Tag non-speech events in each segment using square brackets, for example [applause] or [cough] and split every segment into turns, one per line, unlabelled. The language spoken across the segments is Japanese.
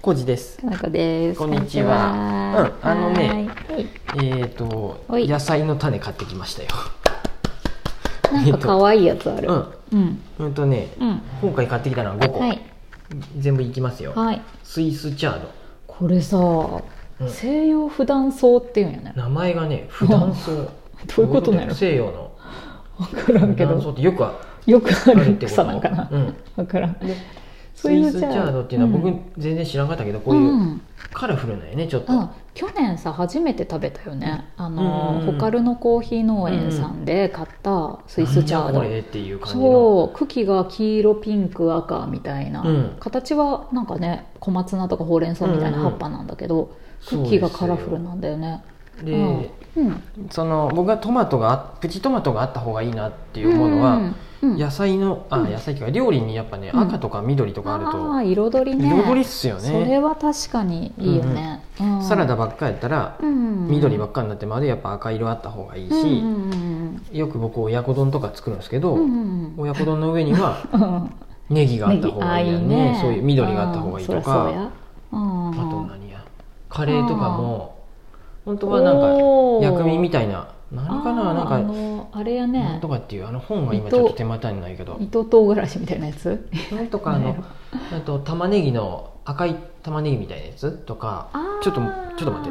コジです。
かなこです。
こんにちは
こんにちは
うんあのね
はい
えっ、と
おい
野菜の種買ってきましたよ。
なんか可愛いやつある。
うん。
うん。
うんとね、
うん。
今回買ってきたのは5個。
はい。
全部いきますよ。
はい。
スイスチャード。
これさ、
ん
西洋普段草っていうんやね。
名前がね、普段草。
[laughs] どういうことなの
西洋の
わからん
普
け
段草
ど、
ってよくあ
よくあ
あるって
る
こと。
草なんかな。わ、
うん。
からん。
で
ス
ス
イ
イ
ス
ス
チ
チ
ャ
ャ
ード
ードっていうのは
う
僕
ん
全然知らなかったけど、こ
う。
ういうんカラフルなんよね、ちょっと。
あ去年さ初めて食べたよねあの、
うん
ホカルのコーヒー農園さんで買ったスイスチャード、
なんだこれっていう感じの。
そう茎が黄色ピンク赤みたいな、
うん
形はなんかね小松菜とかほうれん草みたいな
うんう
葉
ん
っぱなんだけど、
そう
茎がカラフルなんだよね
で、
うんうん、
その僕がトマトがプチトマトがあった方がいいなっていうものは、
うんうん
野菜のあ
うん
野菜っていうか料理にやっぱね、
うん
赤とか緑とかある
あ
と
あ彩りね
彩りっすよ
それ
ね
は確かにいいよね、うん
サラダばっかやったら
うん
緑ばっかになってまでやっぱ赤色あった方がいいし、
うんうんうん
よく僕親子丼とか作るんですけど、
うんうんうん
親子丼の上には
[laughs] うん
ネギがあった方がいいや
ネ
ね
ギあいいね
そういう緑があった方がいいと
うんそりゃそう
か
やうん
あと何やカレーとかも本当はなんか
おー
薬味みたいな何かな
あー
なんか
あのあれや
なん
ね
とかっていうあの本が今ちょっと手元にないけど
糸唐辛子みたいなやつ
なんとかあ
なんや
のあと玉ねぎの赤い玉ねぎみたいなやつとかちょっとちょっと待って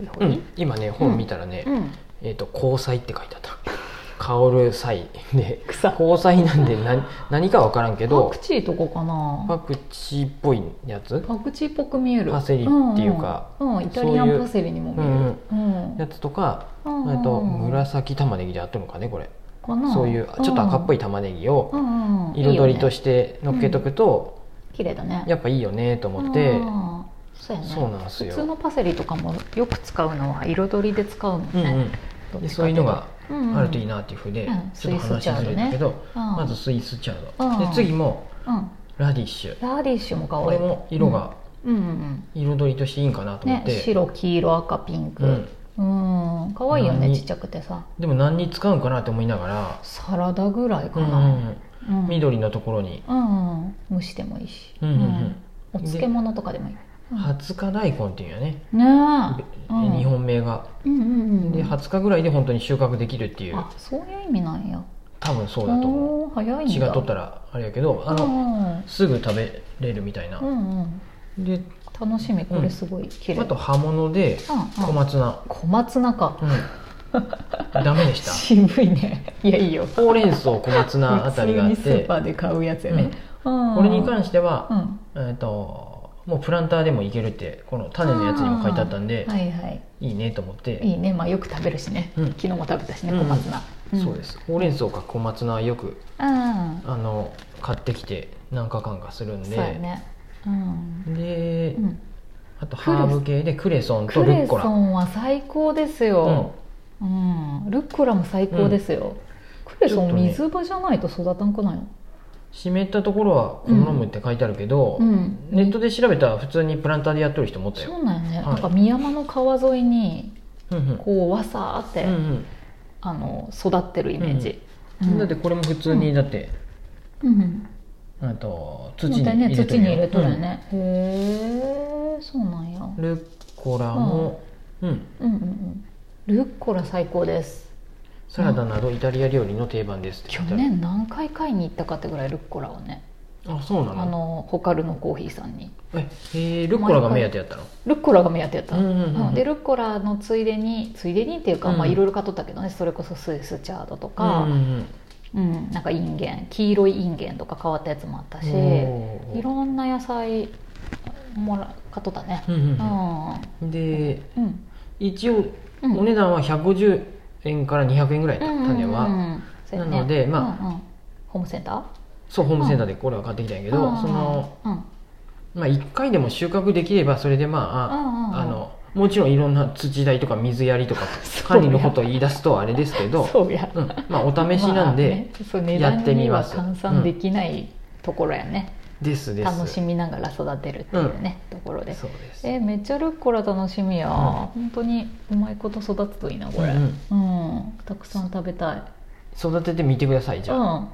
って
うん今ね本見たらね
うん、
「えーと交際」って書いてあった「香る菜」で
草
交際なん
[laughs]
で何何か分からんけ
パ
ど
クチーとかかな
パクチーっぽいやつ
パクチーっぽく見える
パセリっていうか
うんうんうんイタリア
そうい
ン
う
パセリにも見えるうん
やつとか
うん
あと
うん
紫玉ねぎであってるのかねこれ
かな
そういうちょっと赤っぽ
い
い玉ねぎを
彩
彩りとして乗っけとくと
綺麗だね
やっぱいいよねと思って
うんそうやね
そうなんですよ
普通のパセリとかもよく使うのは彩りで使うもん
うん
ね、
うんでそういうのが
うん
あるといいなっていうふうで、
うん
ちょっと話しずれたけど、まずスイスチャード、
うん
で次も
うんうん
ラディッシュ、
ラディッシュも可愛い
これも色が
うんうんうん
彩りとしていいんかなと思っ
ね
て、
白黄色赤ピンク、
うん、
うん可愛いよね
何
ちっちゃくてさ
でも何に使うんかなって思いながら、
サラダぐらいか
うん
な、うん
緑のところに、
うんうん蒸してもいいし、
うんうんうん
お漬物とかでもいい、うん
20日大根っていうよね、
ねえ、うん、
日本名が、
うんうんうん
で20日ぐらいで本当に収穫できるっていう
あそういう意味なんや
多分そうだと思う
おー早いんだ
血が取ったらあれやけどあ
う
の、
んうん
すぐ食べれるみたいな、
うんうん
で
楽しみこれすごい綺麗、
あと葉物で
うんうん
小松菜、
小松菜か
うん、ダメでした
渋いね [laughs] いやいいよ
ほうれん草小松菜あたりがあっ
普通にス
て
ーパーで買うやつやね、うん
これに関
し
しては、
ん、
えっともうプランターでもいけるってこの種のやつにも書いてあったんで、
はいはい
い、いねと思って
いいねまあよく食べるしね、
うん
昨日も食べたしね
うん
小松菜、
そうですすほうれん草か小松菜はよく
うん
あの買ってきて何日間かするん
そう
で、
やねうん、
で、
うん、
あとハーブ系でクレソンと
ク
ルッ
レ
コ
ソ
ラ、
ンは最高ですよ、うんルッコラも最高ですよ、クレソ
ちょっ
ン
とね
水場じゃないと育たんくないの、
湿ったところは好むって書いてあるけど、
うん、
ネットで調べたら普通にプランターでやってる人もおったよ、
そうなんよね、
はい
なんか美山の川沿いに
うんうん
こうわさーって、
うんうん
あの育ってるイメージ、うん
だってこれも普通にだって、
うん
あと土
土
に
にね
入れと
土
る
に
よ
入れとるよね、へえそうなんや
うんルッコラも、うん、
うんうんうんルッコラ最高です
サラダなどイタリア料理の定番ですって
去
書いてある
年何回買いに行ったかってぐらいルッコラをね
あそうな
あ
の
のホカルのコーヒーさんに
えへえルッコラが目当てやったの
ルッコラが目当てやった、
うんうんうん
うんでルッコラのついでについでにっていうか、
うん
まあいろいろ買っとったけどねそれこそスイスチャードと
うんう
か、
ん
うんなんかインゲン黄色いインゲンとか変わったやつもあった
お
し
ー
いろんな野菜もら買っとったね
うんうん
うん
うんで
うん
一応
うん
お値段は150円から200円ぐらいだった種は、
うんうんうんそうやね
なのでま
うんうんホームセンター
そうホームセンターでこれは買ってきたんやけど、
うん
その、
うんうん
まあ、1回でも収穫できればそれでまあ、
うん
あのもちろんいろんな土代とか水やりとか
[laughs] そう
管
や
理のことを言い出すとあれですけど
そうや
うんまあ、お試しなんで、
まあねそう値
や
段
って
に
み
は
ます
換算できないところやね、
ですです
楽しみながら育てるっていうね、ところで
そうです
えめっちゃルッコラ楽しみや、
ん
本当にうまいこと育つといいなこれ
うん
うん、たくさん食べたい
育ててみてくださいじゃあ、
うん
あの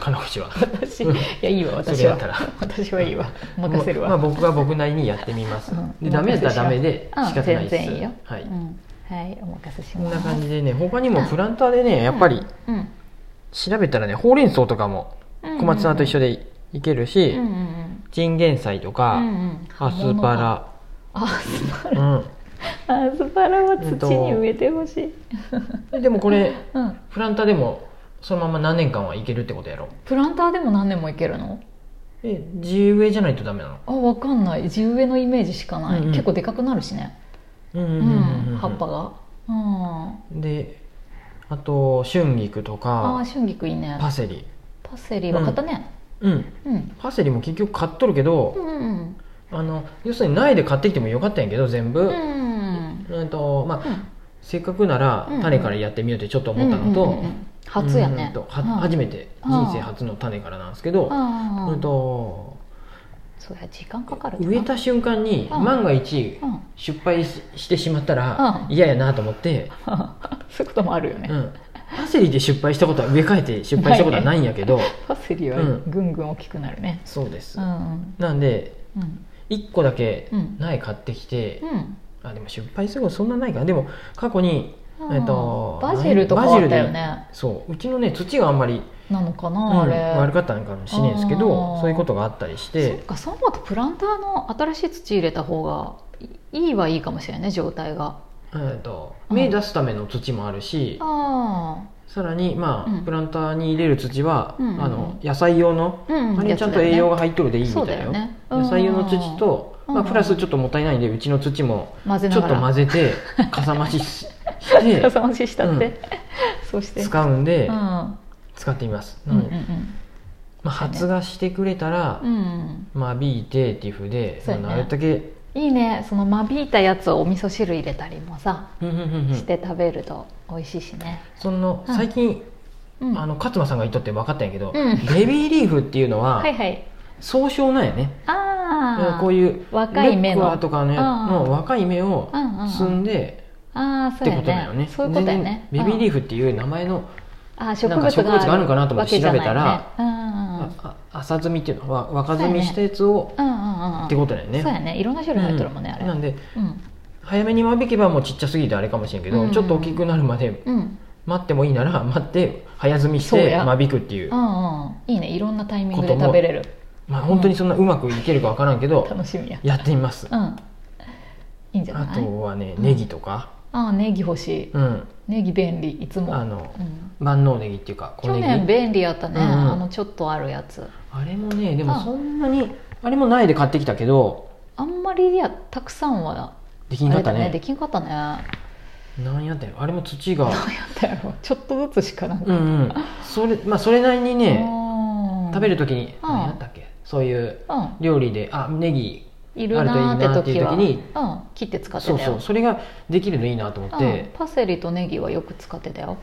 金口は
私い
うん
やいいわ
それ
私
や
は
ったら
私はいいわ [laughs] 任せるわ、
まあ、僕は僕なりにやってみます、
うん
でダメやったらダメで仕
うん
方ないです、
全然いいよ
はい
うんはいお任せし
こん
ます
な感じでね他にもプランターでねやっぱり
うん
調べたらねほうれん草とかも
うん
小松菜と一緒
で
でいけるし、
うんうんうん
チンゲン菜と
う
か、
んうん
アスパ
あスパ
ラ、
ラアスパラは土に植えてほしい、
うん、でもこれ
うん、
プランターでもそのまま何年間はいけるってことやろ
プランターでも何年もいけるの
え地植えじゃないとダメなの
あわかんない地植えのイメージしかない、
うんうん
結構でかくなるしね、
うん
う
うんんうんうん
葉っぱが、うん、あ
であと春菊と
あ
か
春菊いいね
パセリ
パセリは買ったね、
うん
うん、
パセリも結局買っとるけ
う
ど、
んうん
あの要するに苗で買ってきてもよかったんやけど全部、
うんうん
うんとまあ、
うん
せっかくなら
うんうん
種からやってみようってちょっと思ったのと、
うんうんうんうん初や
う
ね
んとは
うん
初めて人生初の種からなんですけど、
ああ
うんと
そうや時間かかるな
植えた瞬間に
うん
万が一
うん [laughs]
失敗ししてしまったら
うん
嫌やなと思って、
そういうこともあるよね、
うん、パセリで失敗したことは植え替えて失敗したことはないんやけど、
パセリは
うん
ぐんぐん大きくなるね
そうです、
うん
なんで
うん
1個だけ
うん
苗買ってきて
う、ん
あでも失敗することそんなないかなでも過去に、
うん
えっと、
バジルとか
バジ
あ
ル
っ
で
たよね
そううちのね土があんまり
なのか
うん
なあれ、
悪かったのかもしれないですけ
あ
ど
ー
そういうことがあったりし
そってかそう思うとプランターの新しい土入れた方がいいはいいかもしれないね状態が
えーと
うん
芽出すための土もあるし
あ
さらにまあ、
うん
プランターに入れる土は、
うんうんうん
あの野菜用の、
あうん
あれちゃんと栄養が入っとるでいいみた
そう
いな
だよね
野菜用の土と、
うん
まあ、プラスちょっともったいないんでうちの土も
混ぜ
ち
な
ょ
が
っ
ら
と混ぜてかさ増し
[laughs]
しして [laughs]
かさ増ししたって、
う
そうして
使うんで
うん
使っています、
う
なんのでまあ、発芽してくれたら、
うんうん
まあ、ビーテーっていうふうで、
そうやね
まあ、なるだけ、
いいねその間引いたやつをお味噌汁入れたりもさ
うんうんうんうん
して食べると美味しいしね、
その
うん
最近、
うん、
あの勝間さんが言っとって分かったんやけど、
うん
ベビーリーフっていうのは
はいはい
総称なんやね、
ああ
こういう
若い芽の
ルックアとかのや
うん
の若い芽を
うんうんうん
摘んで
ああ
っ
そう
て
や
ことだよね
ねそういうことやね
全然ベビーリー
フ、
フっていう名前の、
うんあー植
なんか植物があるのかなと思って調べたら
わけじゃないね
ああ浅摘みっていうのは若摘みしたやつを、
うんうんうんうんうん
ってことだよね
そうやねいろんな種類入っとるもんね、
うん
あ
な
れ
んで
うん
早めに間引けばもうちっちゃすぎてあれかもしれんけど、
うん
ちょっと大きくなるまで
うんうん
待ってもいいなら待って早摘みし
そう
て
や
間引くっていう
うんいいねいろんなタイミングで食べれる
まあ本当にそんなうまくいけるかわからんけど、
楽しみや
やってみます
うんいいんじゃ
あ
ない
とはね
うん
ネギとか、
ああネギ欲しい
うん、
ネギ便利いつも
あの
うん
万能ネギっていうか小
去
ネギ
年便利やったね、
うんうん
あのちょっとあるやつ
あれもねで
あ
もそんなにあれも苗で買ってきたけど
あんまりやたくさんは
でき
あ
んか
れ
った
だね
ね
できんかったね
なんやったよあれも土が
どうやったやろちょっとずつしかなん
う
か、
んうんそれまあそれなりにね食べる
と
時に
うん
何やったっけそういう
うん
料理であネギ
いるなーって時は
あるといいなーっていう
うん、切って使ってた
そ
よ
うそうそれができるのいいなと思って
うん、パセリとネギはよく使ってたよ、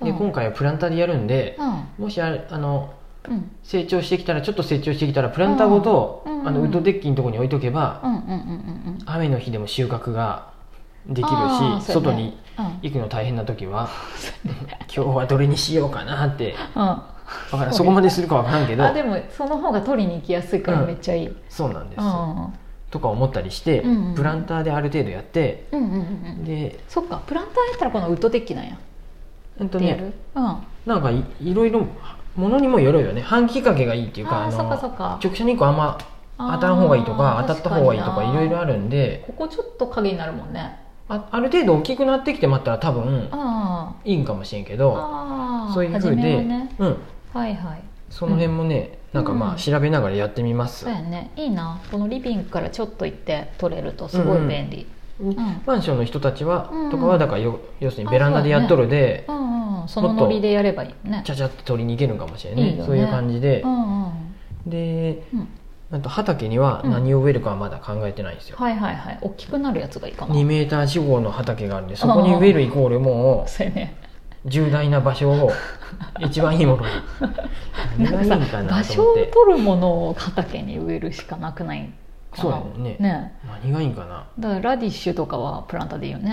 うん、
で今回はプランターでやるんでもしあれあの
うんうん
成長してきたらちょっと成長してきたらプランターごと
うんうん
あのウッドデッキのところに置いとけば
うんうんうんうんうん
雨の日でも収穫ができる
あー
し
そう
外
やね
に
うん
行くの大変な時
[laughs]
は今日はどれにしようかなって
う
だからんそこまでするかわからんけ
ん、
ど
あでもその方が取りに行きやすいから
うん
めっちゃいい、うん
そうなんです、
うん
とか思ったりして、
うんうん
プランターである程度やって
うんうんうん、
で
そっかプランターやったらこのウッドデッキなんや
うんと
でやる、
ね
うん、あ
なんかいいろいろものにもよるよね半期掛けがいいっていうか
あーそっかそ
の
っか
直射日光あんま
あー
当たらん方がいいとか当たった方がいいと
確
か
に
い
な
ろいろあるんで
ここちょっと影になるもんね
あある程度大きくなってきてまったら多分
あ
いいんかもしれんけ
あ
ど
ああ
そういうふう
初め
で、
はね
うん、
はいはい
その辺もね、
うん
なんかま
う
あ
ん
調べながらやってみます
そう、やねいいなこのリビングからちょっと行って取れるとすごい便利、うん
マンションの人たちは、
うん
とかはだからよ要するにベランダでやっとるで、
うんうん、そのノリでやればいいよね
ちゃちゃって取りに行けるんかもしれないね
いいよね
そういう感じで
う、んうん
で
うん
あと畑には
うん
何を植えるかはまだ考えてないんですよ、
はいはいはい大きくなるやつがいいかな
2メーター四方の畑があるんでそこに植えるイコールも
そうやね
う重大な場所
[laughs]
を一番いいものに何がいい
なん
ん
か
か
さ場
なと
所
思っ
を
て
取るものを畑に植えるしかなくないかな
そうだよね何がいいんかな
だからラディッシュとかはプランターでいいよね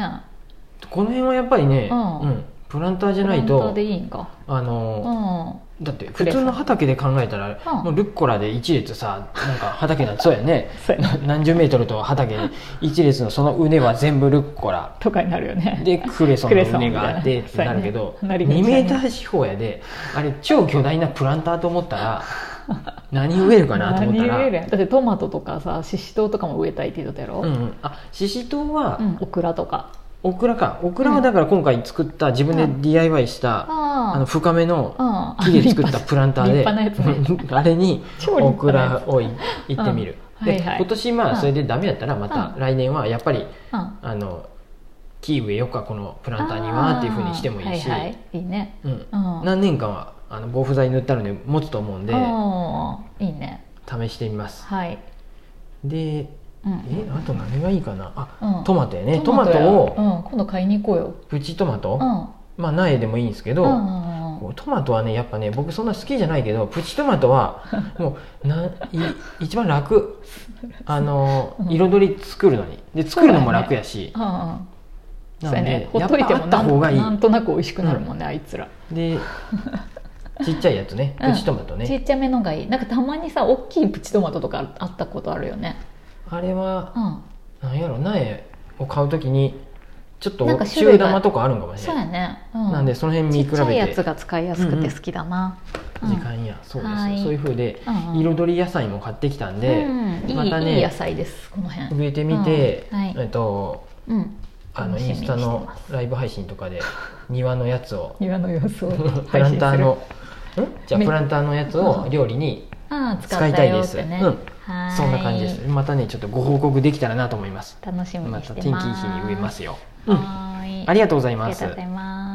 この辺はやっぱりね、
うん
うんプランターじゃない
プランター
と
でいいんか
あ
う
の
ん
だって普通の畑で考えたら
うん
もうルッコラで一列さなんか畑なんてそうやね
[laughs] そうやな
な何十メートルと
[laughs]
畑一列のその畝は全部ルッコラ
とかになるよね [laughs]
でクレソン
ク
の
レソン
畝があってってなるけど
そうやねな
2
り口やね
メーター四方やであれ超巨大なプランターと思った
[laughs]
ら何植えるかなと思った
何植え
ら
るやんだってトマトとかさシシトウとかも植えたいって言うとったやろ、
うんうんあシシトウは
うんオクラとか
オクラかオクラはだから今回作った自分
う
で
ん
DIY した
あ
あの深めの
あ
木で作ったプランターで
立派なや
[laughs]
つ
あれに
超立
オク
派なや
ラ
つ
をい行ってみる、
うん
で
はいはい
今年ま
う
あ
ん
それでダメやったらまた
う
来年はやっぱり
うん
あの木植えよっかこのプランターにはっていうふうにしてもいいし、
あーはいはい、いいね
うん、
うん
何年間はあの防腐剤塗ったので持つと思うんで
あーいいね
試してみます
はい、
で
うん
えあと何がいいかなあ、
うん
トマトやねトマト
や
を
うん、今度買いに行こうよ
プチトマト、
うん
まあ苗でもいいんですけど、
うんうんうん
こうトマトはねやっぱね僕そんな好きじゃないけどプチトマトは
[laughs]
もうない一番楽あの
うん
彩り作るのにで作るのも楽やし
うんうんそ
な
うや
の
ね
で
ほっ
やっ
といて
ぱ
も
あった
なん
方がいい
なんとなく美味しくなるもんね、あいつら、
でちっちゃいやつね
うん
プチトマト
ち
ね、
っちゃめのがいいなんかたまにさ大きいプチトマトとかあったことあるよね
あれは
うん
なんやろ苗を買うときにちょっと
なんか種
中
類が
玉とかあるんかもし
そ
れ
う
ない
やね、うん、
なんでその辺見比べ
ちっちゃいや
て
つが使いやすくて好きだな、うん
時間やそうで
はい
すそういうふうで
うんうん
彩り野菜も買ってきたんで
うんいい
またね
いい野菜ですこの辺、
植えてみて
うんはい
えっと
うん、
あの
楽し
イ
み
ンス
にして
タ
ます
のライブ配信と
[laughs]
かで庭のやつを
庭の様子を
プ
配
ラン
信する
ターのんじゃあ
め
プランターのやつを料理に
ああ
使
使
い
ったた
い
よ
で
っ
す
てね
うん
はーい
そんな感じですまたねちょっとご報告できたらなと思います
楽しみ
ま
にしてます
た天気いい日に植えますようん
はーい
ありがとうござい
あり
ま
がとう
す
ございます